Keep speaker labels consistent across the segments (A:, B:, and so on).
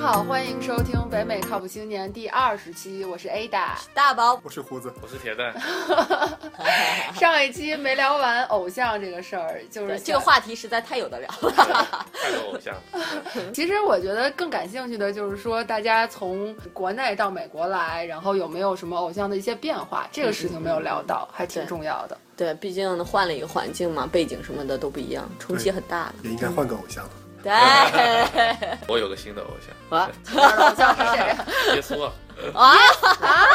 A: 好，欢迎收听《北美靠谱青年》第二十期，我是 Ada。
B: 大宝，
C: 我是胡子，
D: 我是铁蛋，
A: 上一期没聊完偶像这个事儿，就是
B: 这个
A: 想
B: 话题实在太有的聊了。
D: 太多偶像了。
A: 其实我觉得更感兴趣的就是说，大家从国内到美国来，然后有没有什么偶像的一些变化，这个事情没有聊到，还挺
B: 对
A: 重 要的。
B: 对，毕竟换了一个环境嘛，背景什么的都不一样，冲击很大的。
C: 也应该换个偶像了。
B: 对，
D: 我有个新的偶像，
B: 啊
A: 偶像是谁？
D: 耶 稣啊！
B: 啊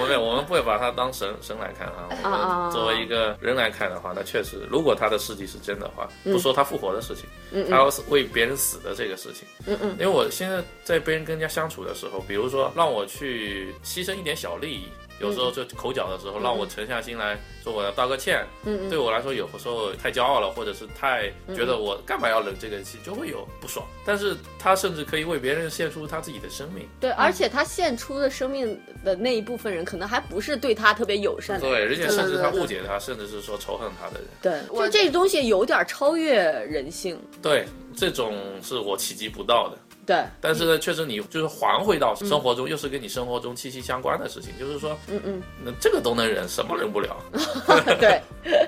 D: 我们我们不会把他当神神来看啊，我
B: 啊啊
D: 们作为一个人来看的话，那确实，如果他的事迹是真的话，
B: 嗯
D: 不说他复活的事情，
B: 嗯
D: 他要是为别人死的这个事情，
B: 嗯嗯
D: 因为我现在在别人跟人家相处的时候，比如说让我去牺牲一点小利益。有时候就口角的时候，让我沉下心来说我要道个歉。
B: 嗯
D: 对
B: 嗯，
D: 我来说，有时候太骄傲了，或者是太觉得我干嘛要忍这个气，就会有不爽。但是他甚至可以为别人献出他自己的生命。
B: 对，而且他献出的生命的那一部分人，可能还不是对他特别友善的
D: 对，
B: 人。
D: 而且
A: 对
D: 甚
B: 嗯
D: 至
A: 对
D: 他
A: 对
D: 误解他，甚至是说仇恨他的人。
B: 对，
A: 我
B: 就这东西有点超越人性。
D: 对，这种是我企及不到的。
B: 对，
D: 但是呢，
B: 嗯
D: 确实你就是还回到生活中，又是跟你生活中息息相关的事情，就是说，
B: 嗯嗯，
D: 那这个都能忍，什么忍不了？
B: 对，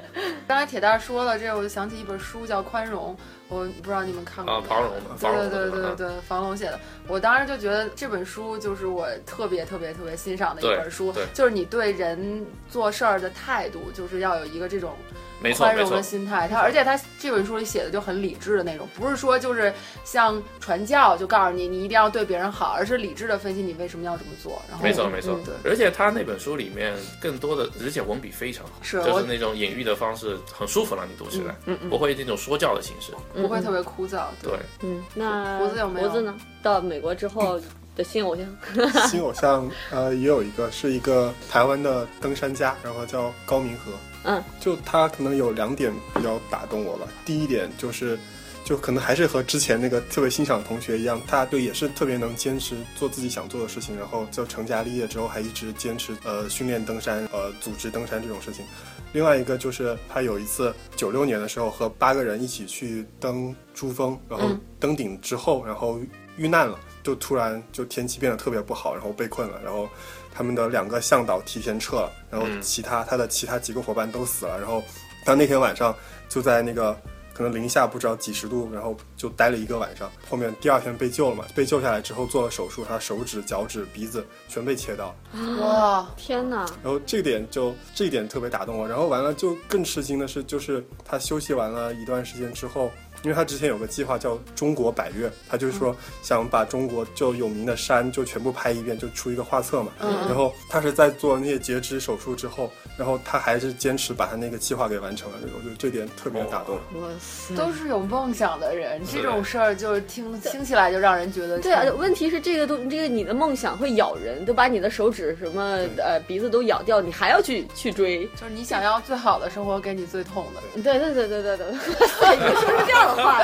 A: 刚才铁蛋儿说了这个，我就想起一本书叫《宽容》，我不知道你们看过
D: 啊
A: 没，有
D: 庞龙，庞
A: 对
D: 龙，
A: 对对对
D: 嗯
A: 对，房龙写的。我当时就觉得这本书就是我特别特别特别欣赏的一
D: 对
A: 本书
D: 对，
A: 就是你对人做事儿的态度，就是要有一个这种
D: 没错
A: 宽
D: 没
A: 容
D: 错
A: 的，心态。他而且他这本书里写的就很理智的那种，不是说就是像传教就告诉你你一定要对别人好，而是理智的分析你为什么要这么做。然后
D: 没错没错
A: 对。
D: 而且他那本书里面更多的，而且文笔非常好，
A: 是
D: 就
A: 我
D: 是那种隐喻的方式很舒服，让你读起来，
B: 嗯嗯
D: 不会那种说教的形式。
A: 不会特别枯燥。
D: 对，
B: 嗯，那
A: 胡子有没有
B: 胡子呢？到美国之后的新偶像，
C: 新偶像呃也有一个是一个台湾的登山家，然后叫高明和。
B: 嗯，
C: 就他可能有两点比较打动我吧。第一点就是，就可能还是和之前那个特别欣赏的同学一样，他就也是特别能坚持做自己想做的事情，然后就成家立业之后还一直坚持呃训练登山，呃组织登山这种事情。另外一个就是他有一次九六年的时候和八个人一起去登珠峰，然后登顶之后，然后遇难了，就突然就天气变得特别不好，然后被困了，然后他们的两个向导提前撤了，然后
D: 嗯
C: 其他他的其他几个伙伴都死了，然后他那天晚上就在那个可能零下不知道几十度，然后就待了一个晚上。后面第二天被救了嘛，被救下来之后做了手术，他手指、脚趾、鼻子全被切到，
A: 哇，
B: 天哪！
C: 然后这点就这一点特别打动我。然后完了就更吃惊的是，就是他休息完了一段时间之后，因为他之前有个计划叫中国百越，他就是说想把中国就有名的山就全部拍一遍，就出一个画册嘛。
A: 嗯
C: 然后他是在做那些截肢手术之后，然后他还是坚持把他那个计划给完成了，我觉得这点特别打
D: 哦
C: 动我。
B: 哇塞
A: 都是有梦想的人，
D: 是
A: 这种事儿就是听听起来就让人觉得
B: 对啊，问题是这个东，这个你的梦想会咬人，都把你的手指什么呃鼻子都咬掉，你还要去去追。
A: 就是你想要最好的生活，给你最痛的。
B: 对对对对对对，你说出这样的话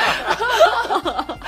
B: 来，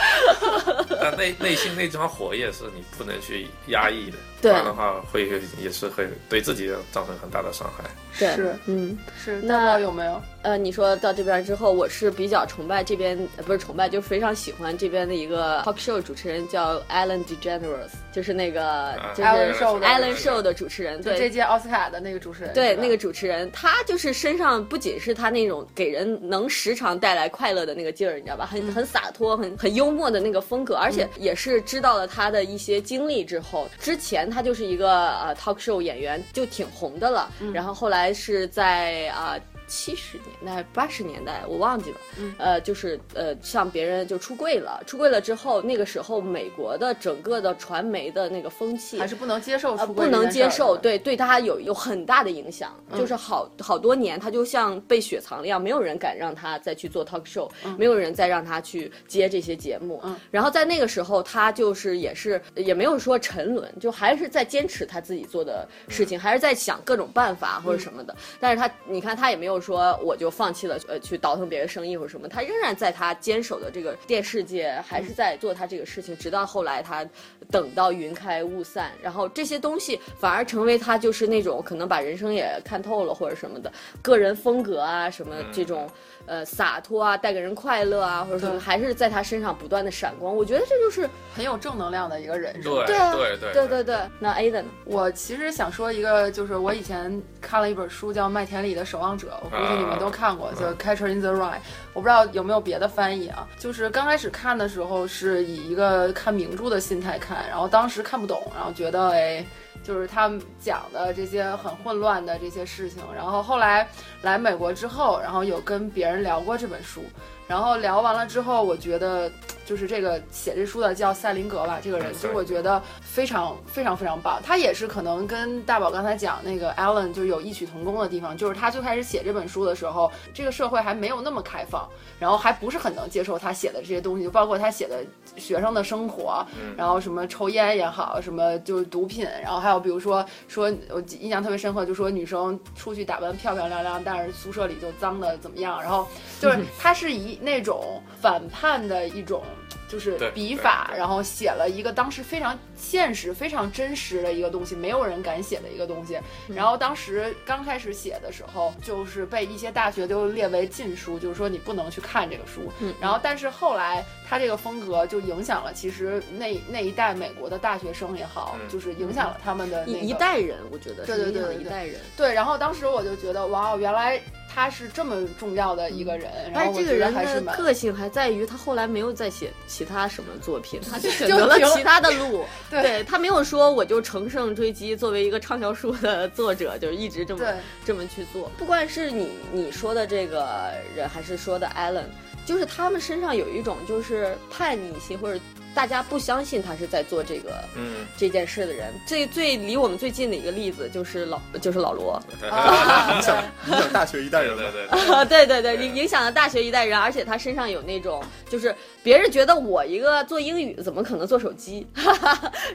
D: 但内内心那团火焰是你不能去压抑的，不
B: 对
D: 然的话会也是会对自己造成很大的伤害。
B: 对
A: 是
B: 嗯
A: 是，
B: 那
A: 大宝有没有？
B: 呃，你说到这边之后，我是比较崇拜这边，呃、不是崇拜，就是非常喜欢这边的一个 talk show 主持人叫 Alan DeGeneres，就是那个就是
D: 啊
A: 艾伦 Alan Show 的
B: Alan Show 的主持人，
A: 就
B: 对，
A: 这届奥斯卡的那个主持人，
B: 对，
A: 是吧
B: 那个主持人，他就是身上不仅是他那种给人能时常带来快乐的那个劲儿，你知道吧？
A: 嗯
B: 很很洒脱，很很幽默的那个风格，而且也是知道了他的一些经历之后，之前他就是一个呃 talk show 演员，就挺红的了，
A: 嗯
B: 然后后来是在啊。七十年代、八十年代，我忘记了。
A: 嗯
B: 呃，就是呃，向别人就出柜了。出柜了之后，那个时候美国的整个的传媒的那个风气
A: 还是不能接受
B: 呃，
A: 出轨这件
B: 不
A: 事儿、嗯
B: 能接受，
A: 是吧，
B: 对对他有有很大的影响，就是好好多年，他就像被雪藏了一样，没有人敢让他再去做 talk show，、没有人再让他去接这些节目。
A: 嗯
B: 然后在那个时候，他就是也是也没有说沉沦，就还是
A: 嗯
B: 在坚持他自己做的事情，还是在想各种办法或者什么的。但是他，你看他也没有有说我就放弃了，呃，去倒腾别的生意或者什么，他仍然在他坚守的这个电视界，还
A: 嗯
B: 是在做他这个事情，直到后来他等到云开雾散，然后这些东西反而成为他就是那种可能把人生也看透了或者什么的个人风格啊，什么这种。呃，洒脱啊，带给人快乐啊，或者什么，
A: 对
B: 还是在他身上不断的闪光。我觉得这就是
A: 很有正能量的一个人，是吧
D: 对
B: 对啊
D: 对
B: 对对对。那 A 的呢？
A: 我其实想说一个，就是我以前看了一本书叫《麦田里的守望者》，我估计你们都看过，就《Catcher in the Rye》，我不知道有没有别的翻译啊。就是刚开始看的时候是以一个看名著的心态看，然后当时看不懂，然后觉得哎。就是他们讲的这些很混乱的这些事情，然后后来来美国之后，然后有跟别人聊过这本书，然后聊完了之后，我觉得就是这个写这书的叫塞林格吧，这个人，
D: 嗯
A: 其
D: 对
A: 实我觉得非常非常非常棒。他也是可能跟大宝刚才讲那个 Alan 就有异曲同工的地方，就是他最开始写这本书的时候，这个社会还没有那么开放，然后还不是很能接受他写的这些东西，就包括他写的学生的生活，
D: 嗯
A: 然后什么抽烟也好，什么就是毒品，然后还有比如说说我记印象特别深刻，就说女生出去打扮漂漂亮亮，但是宿舍里就脏的怎么样，然后就是
D: 嗯
A: 他是以那种反叛的一种。就是
D: 对
A: 笔
D: 对
A: 法，
D: 对
A: 然后写了一个当时非常现实、非常真实的一个东西，没有人敢写的一个东西。
B: 嗯
A: 然后当时刚开始写的时候，就是被一些大学都列为禁书，就是说你不能去看这个书。
B: 嗯
A: 然后但是后来他这个风格就影响了，其实那那一代美国的大学生也好，
D: 嗯
A: 就是影响了他们的那个
B: 一一代人，我觉得是
A: 对对对对
B: 影响一
A: 对
B: 代人。
A: 对。然后当时我就觉得，哇，原来他是这么重要的一个人。然
B: 但
A: 后我
B: 是嗯哎这个
A: 觉得
B: 人
A: 还是
B: 的
A: 蛮
B: 个性还在于他后来没有再写其他什么 作品，他就选
A: 就
B: 择了
A: 停
B: 其他的路。
A: 对
B: 他没有说我就乘胜追击，作为一个畅销书的作者，就是一直这 么
A: 对。
B: 这么去做。不管是你你说的这个人，还是说的 Allen，就是他们身上有一种就是叛逆性，或者大家不相信他是在做这个
D: 嗯，
B: 这件事的人。最最离我们最近的一个例子就是老就是老罗，
A: 啊， 对
C: 影响大学一代
D: 对
C: 人
D: 对
C: 了。
D: 对对，
B: 啊， 对对对，
D: 嗯对
B: 影影响了大学一代人，而且他身上有那种，就是别人觉得我一个做英语的怎么可能做手机，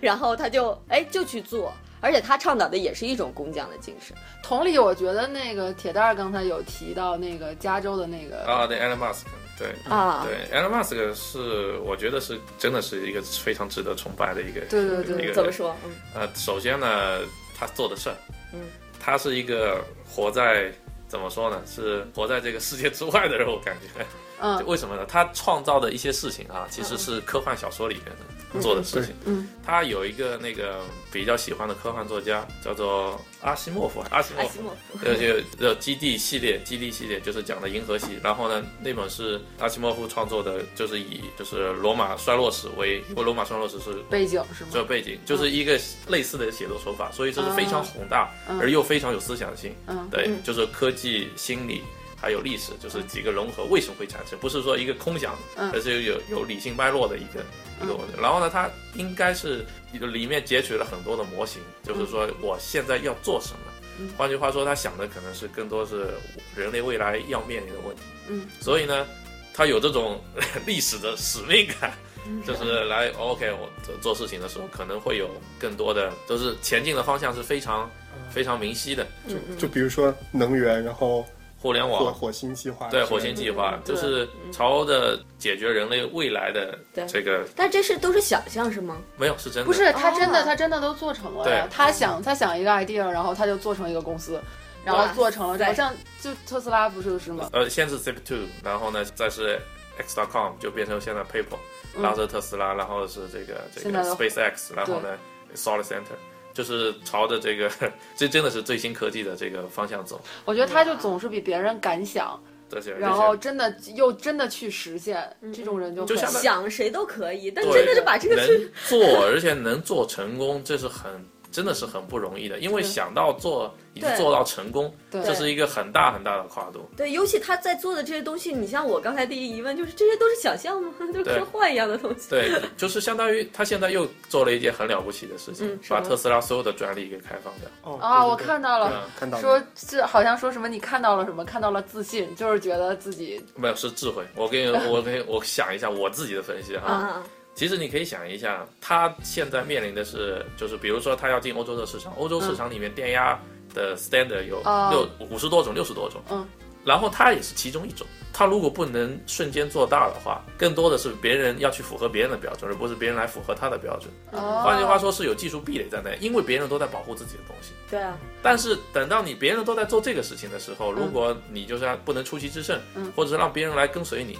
B: 然后他就哎就去做，而且他倡导的也是一种工匠的精神，
A: 同理，我觉得那个铁蛋儿刚才有提到那个加州的那个，
D: 啊，对，Elon Musk，对。
B: 啊，
D: 嗯对，Elon Musk 是我觉得是真的是一个非常值得崇拜的一个
A: 对对
D: 一
A: 对
D: 个
B: 怎么说？嗯
D: 呃，首先呢，他做的事儿，
B: 嗯，
D: 他是一个活在怎么说呢，是活在这个世界之外的人，我感觉。
A: 嗯
D: 就，为什么呢？他创造的一些事情啊，其实是科幻小说里面的做的事情。
A: 嗯，
D: 他有一个那个比较喜欢的科幻作家，叫做阿西莫夫，阿西
B: 阿
D: 莫
B: 西
D: 夫。
B: 莫夫，
D: 呃，就呃，基地系列，基地系列就是讲的银河系。然后呢，那本是阿西莫夫创作的，就是以就是罗马衰落史为，因为罗马衰落史是
A: 背景是吗？
D: 这背景，就是一个类似的写作手法，所以这是非常宏大
A: 嗯
D: 而又非常有思想性。
A: 嗯
D: 对
B: 嗯，
D: 就是科技、心理还有历史，就是几个融合，为什么会产生？不是说一个空想
A: 嗯，
D: 而是有有理性脉络的一个一个
A: 嗯
D: 东西。然后呢，它应该是里面截取了很多的模型，就是说我现在要做什么
A: 嗯。
D: 换句话说，他想的可能是更多是人类未来要面临的问题。
A: 嗯，
D: 所以呢，他有这种历史的使命感。
A: 嗯
D: 就是来 OK，我做做事情的时候可能会有更多的，就是前进的方向是非常非常明晰的。
B: 嗯嗯
C: 就比如说能源，然后
D: 互联
C: 火
D: 网
C: 火星计划之类
D: 对
C: 的，
D: 火星计划
B: 嗯，对
D: 就是朝着解决人类未来的
B: 对
D: 这个
B: 但这是都是想象是吗？
D: 没有是真的，
A: 不是他真
B: 啊
A: 的，他真的都做成了呀。
D: 对
A: 他想，他想一个 idea，然后他就做成一个公司，然后
B: 哇
A: 做成了之后，
B: 塞
A: 像就特斯拉不就是吗？
D: 呃，先是 Zip Two，然后呢再是 X.com 就变成现在 PayPal，
A: 嗯
D: 然后是特斯拉，然后是这个这
A: 现
D: 个
A: 在的
D: SpaceX，然后呢 Solar Center。就是朝着这个， 这真的是最新科技的这个方向走。
A: 我觉得他就总是比别人敢想，
D: 这些，
A: 然后真的又真的去实现，
B: 嗯
A: 这种人就
D: 就
A: 很
D: 像他
B: 想谁都可以，但
D: 对
B: 真的是把这个
D: 能做，而且能做成功，这是很真的是很不容易的，因为
A: 对
D: 想到做以及
B: 对
D: 做到成功，
A: 对
D: 这是一个很大很大的跨度。
B: 对，尤其他在做的这些东西，你像我刚才第一疑问就是这些都是想象吗？ 都是
D: 对
B: 科幻一样的东西。
D: 对， 就是相当于他现在又做了一件很了不起的事情，
B: 嗯什么
D: 把特斯拉所有的专利给开放掉。
C: 哦
A: 啊，
C: 对
A: 我
C: 对
A: 看到
D: 对
A: 了。
D: 啊
C: 看到了
A: 说是好像说什么你看到了什么，看到了自信，就是觉得自己
D: 没有是智慧，我给你，我给我想一下我自己的分析哈。
A: 嗯
B: 啊，
D: 其实你可以想一下，他现在面临的是，就是比如说他要进欧洲的市场，欧洲市场里面电压的 standard 有
A: 嗯哦
D: 六五十多种、六十多种，
A: 嗯，
D: 然后它也是其中一种。它如果不能瞬间做大的话，更多的是别人要去符合别人的标准，而不是别人来符合他的标准。
A: 哦
D: 换句话，说，是有技术壁垒在那，因为别人都在保护自己的东西。
B: 对啊，
D: 但是等到你别人都在做这个事情的时候，如果你就是要不能出奇制胜，
A: 嗯
D: 或者是让别人来跟随你，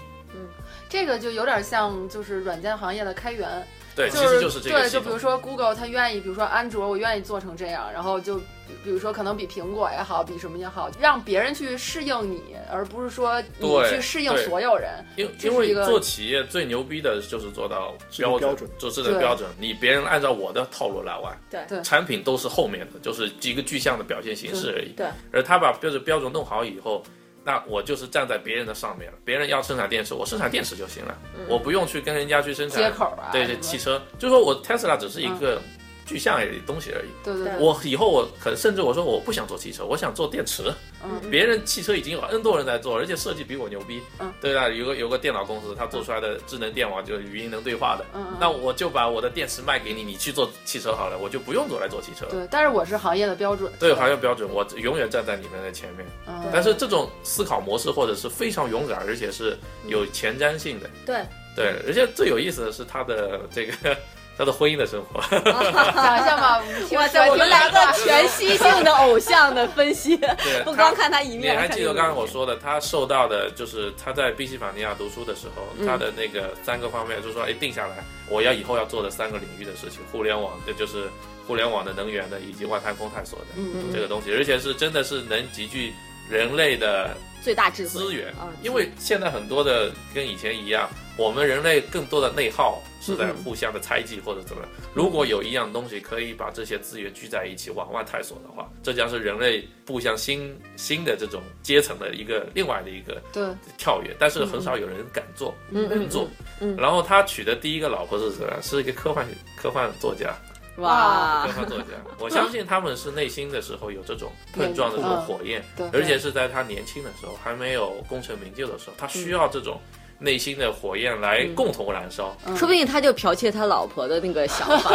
A: 这个就有点像就是软件行业的开源，
D: 对，
A: 就
D: 其实
A: 就是
D: 这个
A: 对，
D: 系
A: 就比
D: 统
A: 如。说 Google，它愿意，比如说安卓，我愿意做成这样，然后就比比如说可能比苹果也好，比什么也好，让别人去适应你，而不是说你
D: 对
A: 去适应
D: 对
A: 所有人。
D: 因
A: 这是
D: 因为
A: 一个
D: 做企业最牛逼的就是做到
C: 定
D: 标
C: 标准
D: 做制定
A: 对
D: 标准。你别人按照我的套路来玩，
B: 对
A: 对
D: 产品都是后面的，就是一个具象的表现形式而已。
B: 对，
D: 而他把标准标准弄好以后，那我就是站在别人的上面了。别人要生产电池，我生产电池就行了，我不用去跟人家去生
A: 嗯接
D: 产。
A: 口啊，
D: 对
A: 什
D: 对，
A: 么嗯
D: 汽车，就说我 Tesla 只是一个具象而已，东西而已。
A: 对对
B: 对
A: 对，
D: 我以后我可能甚至我说我不想做汽车，我想做电池。
A: 嗯
D: 别人汽车已经有 N 多人在做，而且设计比我牛逼。
A: 嗯，
D: 对吧？有个有个电脑公司，它做出来的智能电网就是语音能对话的。
A: 嗯嗯
D: 那我就把我的电池卖给你，你去做汽车好了，我就不用做来做汽车了。
A: 对，但是我是行业的标准，
D: 对，行业标准，我永远站在你们的前面。
A: 嗯，
D: 但是这种思考模式或者是非常勇敢，而且是
A: 嗯
D: 有前瞻性的。
B: 对，
D: 对，而且最有意思的是他的这个 他的婚姻的生活。
A: 讲一下嘛，我们听
B: 哇塞，我们来个全息性的偶像的分析，
D: 对，
B: 不
D: 他
B: 光看他一
D: 你
B: 面，
D: 还
B: 看
D: 记
B: 另
D: 得
B: 一
D: 刚才我
B: 面
D: 说的，他受到的就是他在宾夕法尼亚读书的时候，他的那个三个方面，就是说，哎，定下来，我要以后要做的三个领域的事情，互联网，这就是互联网的能源的，以及外太空探索的、
A: 嗯嗯
D: 这个东西，而且是真的是能集聚人类的
B: 最大智慧
D: 资源
B: 啊，
D: 因为现在很多的跟以前一样，我们人类更多的内耗是在
B: 嗯嗯
D: 互相的猜忌或者怎么样。如果有一样东西可以把这些资源聚在一起往外探索的话，这将是人类步向新新的这种阶层的一个另外的一个
A: 对，
D: 跳跃，但是很少有人敢做，
B: 嗯嗯
D: 能做。
B: 嗯
D: 然后他娶的第一个老婆是谁啊？是一个科幻科幻作家，
B: 哇啊
D: 科，幻作家。我相信他们是内心的时候有 这种碰撞的这种火焰，
A: 嗯对
D: 而且是在他年轻的时候，还没有功成名就的时候，他需要这种内心的火焰来共同燃烧。
B: 说不定他就剽窃他老婆的那个想法，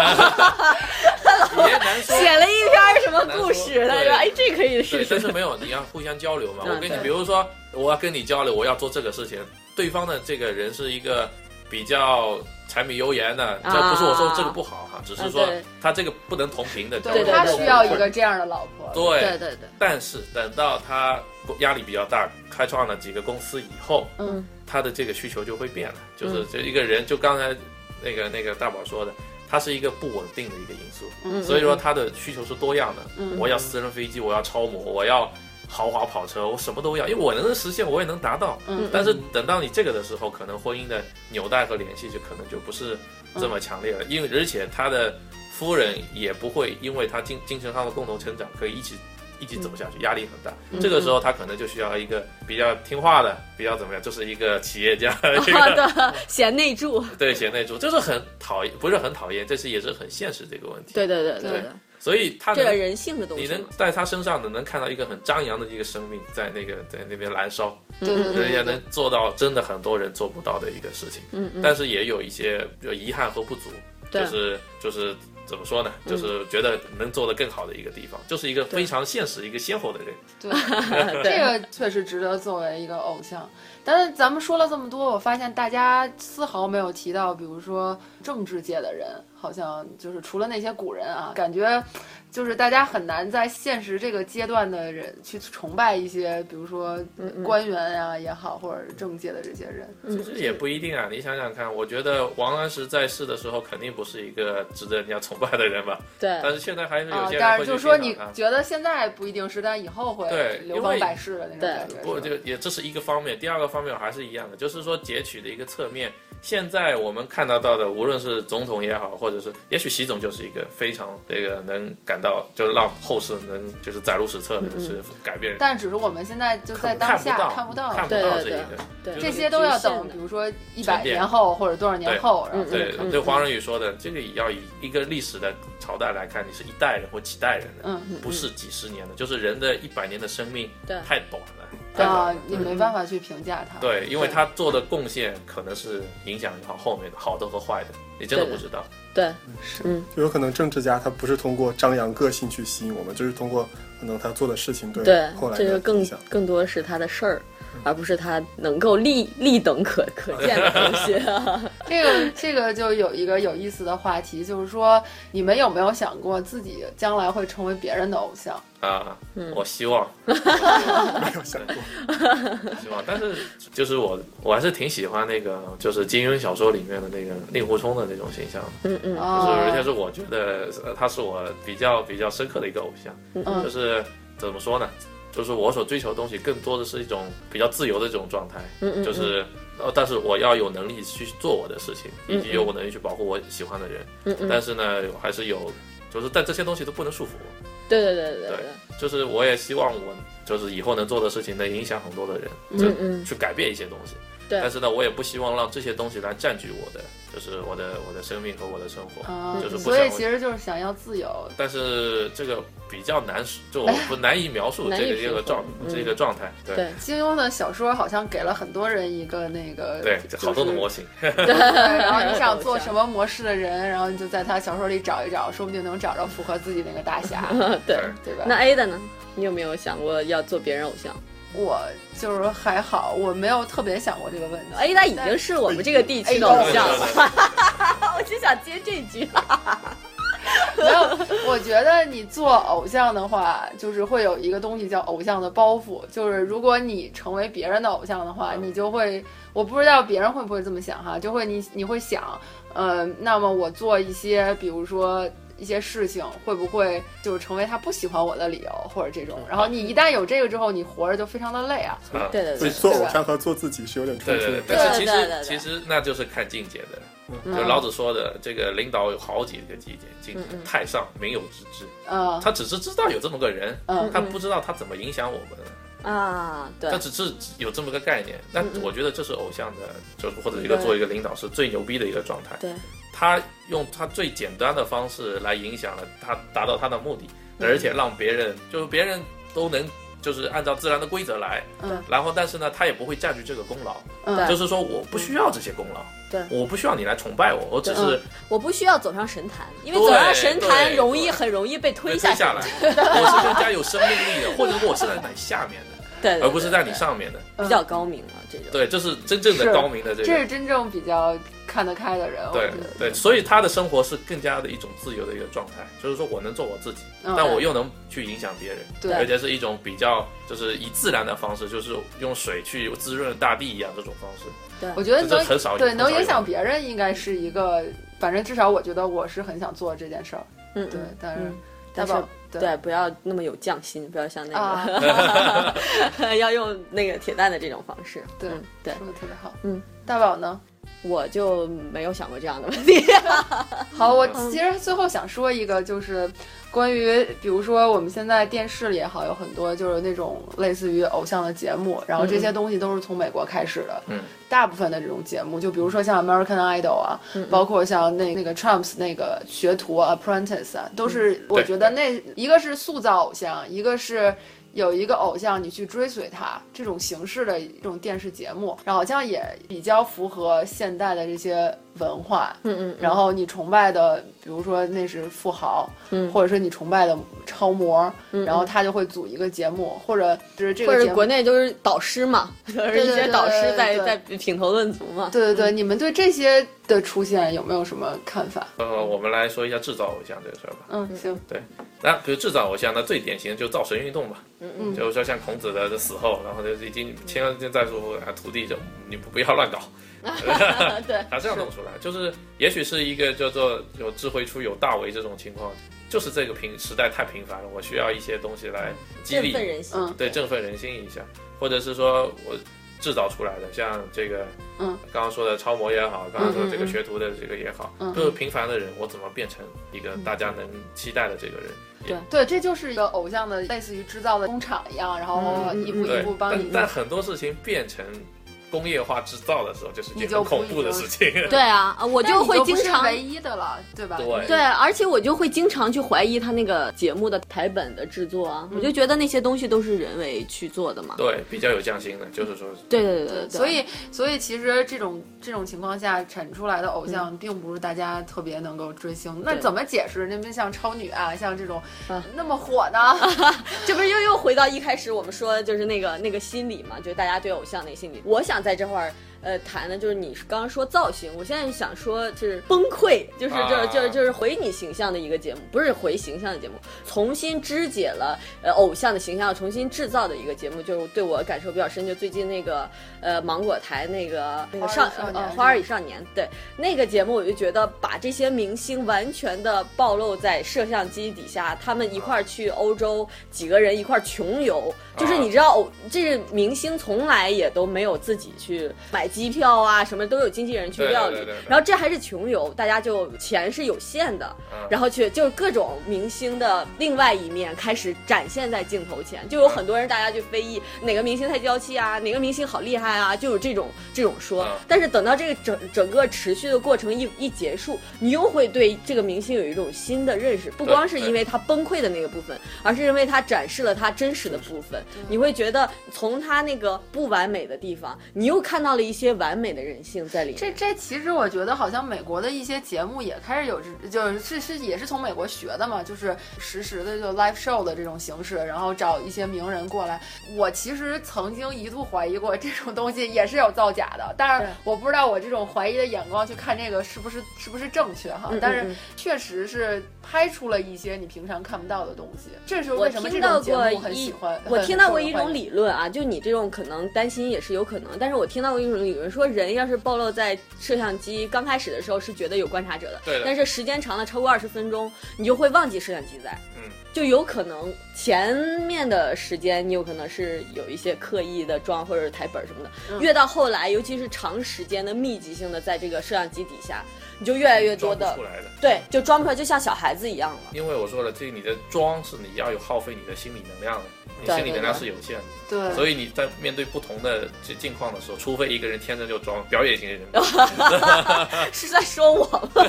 D: 也难 说。
B: 写了一篇什么故事，他
D: 难
B: 说
D: 说对
B: 哎，这可以
D: 对
B: 试，
D: 但
B: 试
D: 是。没有，你要互相交流嘛。
B: 嗯
D: 我跟你
B: 对，
D: 比如说，我要跟你交流，我要做这个事情，对方的这个人是一个比较柴米油盐的，这不是我说这个不好哈，只是说
B: 啊对
D: 他这个不能同频的交
A: 对
D: 流。
B: 对
A: 他
B: 对
A: 需要一个这样的老婆，
B: 对对对，
D: 但是等到他压力比较大，开创了几个公司以后，
A: 嗯，
D: 他的这个需求就会变了，就是
B: 嗯
D: 这一个人，就刚才那个那个大宝说的，他是一个不稳定的一个因素，
B: 嗯
D: 所以说他的需求是多样的。
A: 嗯
D: 我要私人飞机，我要超模，我要豪华跑车，我什么都要，因为我能实现，我也能达到。
A: 嗯
D: 但是等到你这个的时候，可能婚姻的纽带和联系就可能就不是这么强
B: 嗯
D: 烈了，因为而且他的夫人也不会因为他精精神上的共同成长可以一起一起走下
B: 嗯
D: 去，压力很大。这个时候他可能就需要一个比较听话的，比较怎么样，就是一个企业 家，一
B: 好
D: 个
B: 的， 贤内助，
D: 对贤内助，这是很讨厌，不是很讨厌，这是也是很现实这个问题。
B: 对对对
D: 对
B: 对，
D: 所以他
B: 这个
D: 能。
B: 人性的东
D: 你
B: 西
D: 能
B: 嘛，
D: 在他身上的能看到一个很张扬的一个生命在那个在那边燃烧，
A: 对对
D: 人也
A: 对对
D: 能做到真的很多人做不到的一个事情。
B: 嗯嗯，
D: 但是也有一些就遗憾和不足，
B: 对
D: 就是就是怎么说呢？
A: 嗯
D: 就是觉得能做得更好的一个地方，就是一个非常现实、一个鲜活的人。
A: 对，这
B: 对，
A: 个确实值得作为一个偶像。但是咱们说了这么多，我发现大家丝毫没有提到，比如说政治界的人，好像就是除了那些古人啊，感觉就是大家很难在现实这个阶段的人去崇拜一些，比如说官员呀、也好，或者政界的这些人。
D: 其实也不一定啊，你想想看，我觉得王安石在世的时候肯定不是一个值得人家崇拜的人吧，但
B: 对
D: 是现在还是有
A: 啊
D: 些，
A: 但
D: 人
A: 是就
D: 会去
A: 是说
D: 欣
A: 你
D: 赏他。
A: 觉得现在不一定是，但以后会
D: 对
A: 流
D: 因
A: 芳
D: 为
A: 百世的那种
B: 对
A: 感觉。
D: 不
A: 是吧
D: 就也这是一个方面，第二个方面还是一样的，就是说截取的一个侧面。现在我们看得到的，无论是总统也好，或者是也许习总就是一个非常这个能感到，就是让后世能就是载入史册的，就是改变人
A: 但只是我们现在就在嗯当
D: 看不
A: 下
D: 到，
A: 看不到，
D: 看不
B: 对
D: 到
B: 对
D: 这一个。
B: 对
D: 就
A: 这
D: 是
A: 些都要
B: 局
A: 等，
B: 限的
A: 比如说一
D: 沉
A: 百
D: 淀
A: 年后或者多少年后，然后
B: 嗯
A: 再
D: 对
A: 看
D: 对，黄仁宇说的，这个也要以一个历史的朝代来看，你是一代人或几代人的，
A: 嗯
D: 不是几十年的，就是人的一百年的生命
B: 对
D: 太短了。太短
A: 啊
D: 了，
A: 也没办法去评价它。
D: 嗯对，因为他做的贡献可能是影响到后面的好的和坏的，你真的不知道。
B: 对，
C: 就有可能政治家他不是通过张扬个性去吸引我们，就是通过可能他做的事情对
B: 对
C: 后，来
B: 这
C: 的
B: 个更
C: 影响。
B: 更多是他的事儿，而不是他能够立立等可可见的东西、啊。
A: 这个这个就有一个有意思的话题，就是说你们有没有想过自己将来会成为别人的偶像？
D: 啊，
B: 嗯
D: 我希望，
C: 没有想过，
D: 希望，但是就是我我还是挺喜欢那个就是金庸小说里面的那个令狐冲的那种形象，
B: 嗯嗯
D: 就是而且
A: 哦，
D: 是我觉得呃他是我比较比较深刻的一个偶像，
A: 嗯
D: 就是怎么说呢，就是我所追求的东西更多的是一种比较自由的这种状态，
B: 嗯嗯，
D: 就是呃，但是我要有能力去做我的事情，
B: 嗯
D: 以及有能力去保护我喜欢的人，
B: 嗯嗯，
D: 但是呢，还是有，就是但这些东西都不能束缚我，
B: 对对对对对，
D: 就是我也希望我就是以后能做的事情能影响很多的人，
B: 嗯嗯
D: 去改变一些东西。
B: 对
D: 但是呢，我也不希望让这些东西来占据我的，就是我的我的生命和我的生活。
A: 啊
D: 就是，不
A: 所以
D: 想
A: 其实就是想要自由。
D: 但是这个比较难，就我不难以描述
B: 难以
D: 这
B: 评
D: 个这个
B: 估
D: 状
B: 嗯
D: 这个状态。对
B: 对
A: 金庸的小说好像给了很多人一个那个
D: 对，这好多的模型。
B: 对，
A: 然后你想做什么模式的人，然后你就在他小说里找一找，说不定能找着符合自己那个大侠，
B: 对。
A: 对吧？
B: 那 A 的呢？你有没有想过要做别人偶像
A: 我就是还好，我没有特别想过这个问题。
B: ？A 哎的已经是我们这个地区的偶像了，我就想接这句。
A: 没有，我觉得你做偶像的话，就是会有一个东西叫偶像的包袱，就是如果你成为别人的偶像的话，
D: 嗯
A: 你就会，我不知道别人会不会这么想哈，就会你你会想，呃，那么我做一些，比如说。一些事情会不会就是成为他不喜欢我的理由，或者这种？
D: 嗯
A: 然后你一旦有这个之后，你活着就非常的累啊。
D: 啊
B: 对对
C: 所以
B: 对，
C: 做偶像和做自己是有点冲
D: 对
C: 突
D: 对
C: 的
D: 对，。但是
B: 对
D: 其
B: 对对
D: 实
B: 对
D: 其实那就是看境界的。
A: 嗯
D: 就老子说的，这个领导有好几个境界，境
B: 嗯
D: 界太上民有之知，
A: 嗯
B: 哦
D: 他只是知道有这么个人，
A: 嗯
D: 他不知道他怎么影响我们，
B: 啊，对
D: 他，只是有这么个概念。那
B: 嗯
D: 我觉得这是偶像的，就是或者一个
A: 对
D: 做一个领导是最牛逼的一个状态。
B: 对，
D: 他用他最简单的方式来影响了他，达到他的目的，
B: 嗯
D: 而且让别人就是别人都能就是按照自然的规则来，
A: 嗯
D: 然后但是呢，他也不会占据这个功劳，
A: 嗯
D: 就是说我不需要这些功劳，
B: 对嗯
D: 我不需要你来崇拜我，我只是
B: 我不需要走上神坛，因为
D: 对
B: 走上神坛
D: 对
B: 容易
D: 对
B: 很容易被推
D: 被
B: 下
D: 推
B: 神
D: 下
B: 坛
D: 来，我是更加有生命力的，或者说我是在你下面的，
B: 对，对
A: 哦
D: 而不是在你。
B: 对对
D: 上面的，
B: 比较高明了这种。
D: 对，这是真正的
A: 是
D: 高明的这
A: 这
D: 个。
A: 是真正比较看得开的人，我
D: 对
A: 觉得。
D: 对，所以他的生活是更加的一种自由的一个状态，就是说我能做我自己，
A: 嗯
D: 但我又能去影响别人，
A: 对
D: 而且是一种比较就是以自然的方式，就是用水去滋润大地一样这种方式，
A: 我觉得
D: 这
A: 能
D: 是很少
A: 对
D: 很少
A: 能
D: 有
A: 影响别人，应该是一个，反正至少我觉得我是很想做这件事儿。
B: 嗯，
A: 对
B: 嗯，
A: 但是
B: 嗯
A: 大
B: 但是
A: 宝对
B: 对，不要那么有匠心，不要像
A: 啊
B: 那，个， 要用那个铁蛋的这种方式。
A: 对
B: 嗯对，
A: 说的特别好。
B: 嗯，
A: 大宝呢？
B: 我就没有想过这样的问题。
A: 好，我其实最后想说一个，就是关于比如说我们现在电视里也好，有很多就是那种类似于偶像的节目，然后这些东西都是从美国开始的。
D: 嗯，
A: 大部分的这种节目，就比如说像 American Idol 啊，包括像那那个 Trumps 那个学徒啊 Apprentice 啊，都是我觉得那一个是塑造偶像，一个是。有一个偶像，你去追随他这种形式的一种电视节目，然后好像也比较符合现代的这些文化，
B: 嗯
A: 然后你崇拜的，比如说那是富豪，
B: 嗯
A: 或者是你崇拜的超模，
B: 嗯
A: 然后他就会组一个节目，或者 就是这
B: 或
A: 个
B: 者
A: 节目
B: 国。内就是导师嘛，就是
A: 对
B: 一
A: 对
B: 些导师
A: 对
B: 在
A: 对
B: 在品头论足嘛。
A: 对对对，你们对这些的出现有没有什么看法？
D: 呃，我们来说一下制造偶像这个事儿吧。
A: 嗯，行，
D: 那比如制造偶像，那最典型的就是造神运动嘛，
B: 嗯
A: 嗯
D: 就是说像孔子的死后，然后就是已经千恩再说啊，徒弟就你不要乱搞，
B: 嗯， 对，
D: 他这样弄出来，就是也许是一个叫做有智慧出有大为这种情况，就是这个平时代太频繁了，我需要一些东西来激
B: 振
D: 励，
B: 奋人心。
A: 嗯
D: 对振奋人心一下，或者是说我制造出来的，像这个，
A: 嗯，
D: 刚刚说的超模也好，刚刚说的这
B: 嗯嗯
D: 个
B: 嗯
D: 学徒的这个也好，
A: 嗯
D: 就是平凡的人，我怎么变成一个大家能期待的这个人？
A: 对，这就是一个偶像的类似于制造的工厂一样，然后
B: 嗯
A: 一步一
D: 对
A: 步，帮
D: 但
A: 你。
D: 但很多事情变成工业化制造的时候，就是一
A: 你
D: 件
A: 就
D: 很
A: 不
D: 恐怖的
A: 已经
D: 事情。
B: 对啊，啊我
A: 但你
B: 会
A: 就不
B: 经
A: 是
B: 常
A: 唯一的了，对吧？
D: 对
B: 对，啊而且我就会经常去怀疑他那个节目的台本的制作
A: 嗯
B: 啊，我就觉得那些东西都是人为去做的嘛。
D: 对，比较有匠心的，就是说，
B: 对对对对对，
A: 所以，所以其实这种这种情况下产出来的偶像，并不是大家特别能够追星。那
B: 嗯对
A: 怎么解释？那么像超女啊，像这种、
B: 啊
A: 那么火呢？
B: 这不是又又回到一开始我们说就是那个那个心理嘛，就是大家对偶像那心理。我想在这块儿。呃，谈的就是你刚刚说造型，我现在想说就是崩溃，就是就是就是就是毁你形象的一个节目，不是毁形象的节目，重新肢解了呃偶像的形象，重新制造的一个节目，就是对我感受比较深，就最近那个呃芒果台那个那个
A: 花儿
B: 上
A: 与少
B: 呃
A: 年
B: 花儿与少年，对那个节目，我就觉得把这些明星完全的暴露在摄像机底下，他们一块儿去欧洲，几个人一块儿穷游，
D: 啊
B: 就是你知道，偶这是明星从来也都没有自己去买机票啊，什么都有经纪人去
D: 对对
B: 料
D: 对
B: 理
D: 对对，
B: 然后这还是穷游，大家就钱是有限的，
D: 嗯
B: 然后去就是各种明星的另外一面开始展现在镜头前，就有很多人大家去非议哪个明星太娇气啊，哪个明星好厉害啊，就有这种这种说
D: 嗯。
B: 但是等到这个整整个持续的过程一一结束，你又会对这个明星有一种新的认识，不光是因为他崩溃的那个部分，而是因为他展示了他真实的部分。你会觉得从他那个不完美的地方，你又看到了一些完美的人性在里面。
A: 这这其实我觉得好像美国的一些节目也开始有这，就是是是也是从美国学的嘛，就是实时的就 live show 的这种形式，然后找一些名人过来。我其实曾经一度怀疑过这种东西也是有造假的，但是
B: 对
A: 我不知道我这种怀疑的眼光去看这个是不是是不是正确哈
B: 嗯嗯。
A: 但是确实是拍出了一些你平常看不到的东西，这是
B: 我
A: 为什么这
B: 听
A: 种
B: 到
A: 节
B: 过
A: 目很喜
B: 一
A: 欢。，
B: 我
A: 很
B: 听到过
A: 受
B: 一
A: 欢
B: 种
A: 迎
B: 理论啊，就你这种可能担心也是有可能，但是我听到过一种理论说，人要是暴露在摄像机刚开始的时候是觉得有观察者的，
D: 对的
B: 但是时间长了超过二十分钟，你就会忘记摄像机在，
D: 嗯，
B: 就有可能前面的时间你有可能是有一些刻意的装或者是台本什么的，
A: 嗯
B: 越到后来，尤其是长时间的密集性的在这个摄像机底下，你就越来越多
D: 装不
B: 的
D: 出来的。
B: 对，就装不出来，就像小孩子一样了。
D: 因为我说了，这你的装是你要有耗费你的心理能量的，你
B: 对
D: 心理
B: 对
D: 能量
B: 对
D: 是有限的，
A: 对，
D: 所以你在面对不同的这境况的时候，除非一个人天生就装表演型人格，嗯
B: 是在说我吗？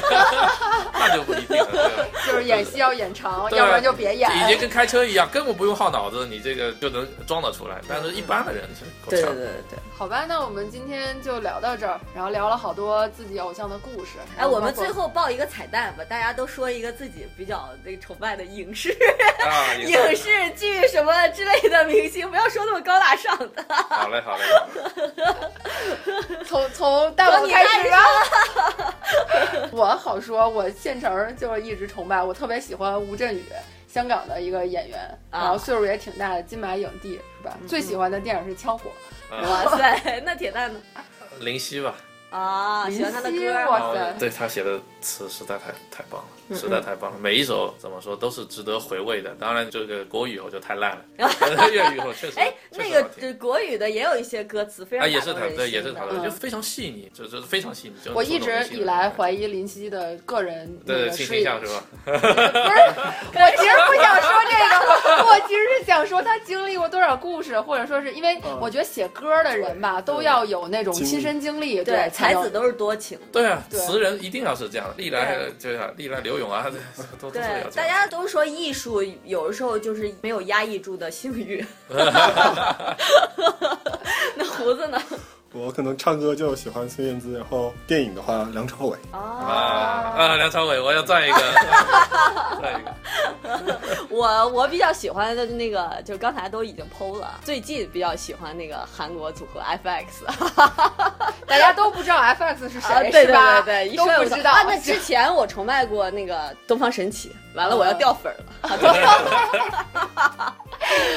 D: 那就不一定了。对吧
A: 就是演戏要演长，
D: 对
A: 要不然就别演。
D: 已经跟开车一样，根本不用耗脑子，你这个就能装得出来。但是一般的人是够
B: 对对
D: 呛
B: 对
D: 的。
B: 对对。
A: 好吧，那我们今天就聊到这儿，然后聊了好多自己偶像的故事。
B: 哎，我们最
A: 后
B: 后报一个彩蛋吧，大家都说一个自己比较那个崇拜的影 视、
D: 啊，也
B: 影
D: 是
B: 视剧什么之类的明星，不要说那么高大上的。
D: 好嘞好嘞，好嘞
A: 从从大王
B: 从你
A: 开始 吧。我好说，我现成儿就是一直崇拜，我特别喜欢吴镇宇，香港的一个演员，
B: 啊
A: 然后岁数也挺大的，金马影帝是吧？最喜欢的电影是《枪火》。
D: 啊，
B: 哇塞，那铁蛋呢？
D: 林夕吧，
B: 啊，喜欢他的
A: 林夕
B: 歌
A: 哇
B: 啊。
A: 塞
D: 哦
A: 嗯
D: 对他写的词实在太太棒了，实在太棒了，每一首怎么说都是值得回味的。当然，这个国语我就 太烂了，但是粤语我确实
B: 哎，
D: 确
B: 那
D: 实好
B: 个
D: 听。
B: 呃国语的也有一些歌词非
D: 啊，
B: 常
D: 也
B: 打
D: 是
B: 动
D: 他，
B: 人
D: 对，也是
B: 心
D: 他
B: 的。
D: 的，
A: 嗯
D: 就非常细腻，就就是非常细腻。就是
A: 我一
D: 触动
A: 直
D: 人心
A: 以
D: 的
A: 来
D: 那种
A: 怀疑林夕的个人那
D: 对
A: 个
D: 对性
A: 事
D: 倾
A: 业，
D: 向是吧？
A: 不是，我其实不想说这个，我 其实是想说他经历过多少故事，或者说是因为我觉得写歌的人吧，都要有那种亲身嗯经历，
B: 对，
A: 才
B: 才
A: 能
B: 子都是多情的。
D: 对啊，
A: 对
D: 词人一定要是这样的，历来就是啊历来刘勇啊，都都是
B: 对
D: 要，这
B: 大
D: 样。
B: 家都说艺术有的时候就是没有压抑住的性 欲。 那胡子呢？
C: 我可能唱歌就喜欢孙燕姿，然后电影的话，梁朝伟。
D: 啊
B: 啊。
D: 啊，梁朝伟，我要 赞一个，赞一个。
B: 我我比较喜欢的那个，就刚才都已经剖了。最近比较喜欢那个韩国组合 FX
A: 大家都不知道 FX 是
B: 啊，
A: 谁，
B: 对对
A: 是吧？
B: 对对，一
A: 都
B: 说我
A: 不
B: 就
A: 知道。
B: 啊。那之前我崇拜过那个东方神起，完
A: 啊
B: 了我要掉粉儿了。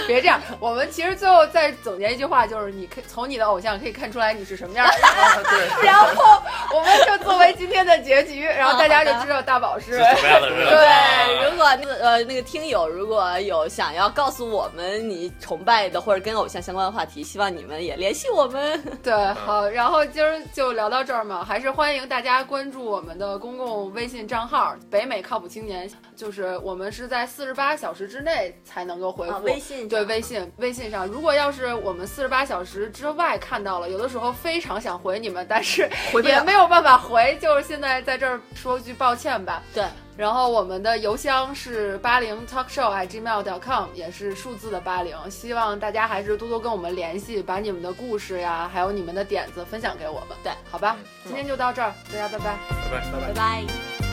A: 别这样，我们其实最后再总结一句话，就是你可以从你的偶像可以看出来你是什么样的 人。
B: 啊
D: 对，
A: 然后我们就作为今天的结局，然
B: 啊
A: 后大家就知道大宝是
D: 是什么样的人？啊
B: 对，如果那个呃那个听友如果有想要告诉我们你崇拜的或者跟偶像相关的话题，希望你们也联系我们。
A: 对，好，然后今儿就聊到这儿嘛，还是欢迎大家关注我们的公共微信账号“北美靠谱青年”，就是我们是在四十八小时之内才能够回复。
B: 啊微信
A: 对微信微信上，如果要是我们四十八小时之外看到了，有的时候非常想回你们，但是
B: 回不
A: 也
B: 了
A: 没有办法回，就是现在在这儿说句抱歉吧。
B: 对，
A: 然后我们的邮箱是八零 talkshow at gmail.com，也是数字的八零。希望大家还是多多跟我们联系，把你们的故事呀，还有你们的点子分享给我们。
B: 对，
A: 好吧
D: 嗯，
A: 今天就到这儿，大家拜拜。
D: 拜拜。
C: 拜拜
B: 拜。拜。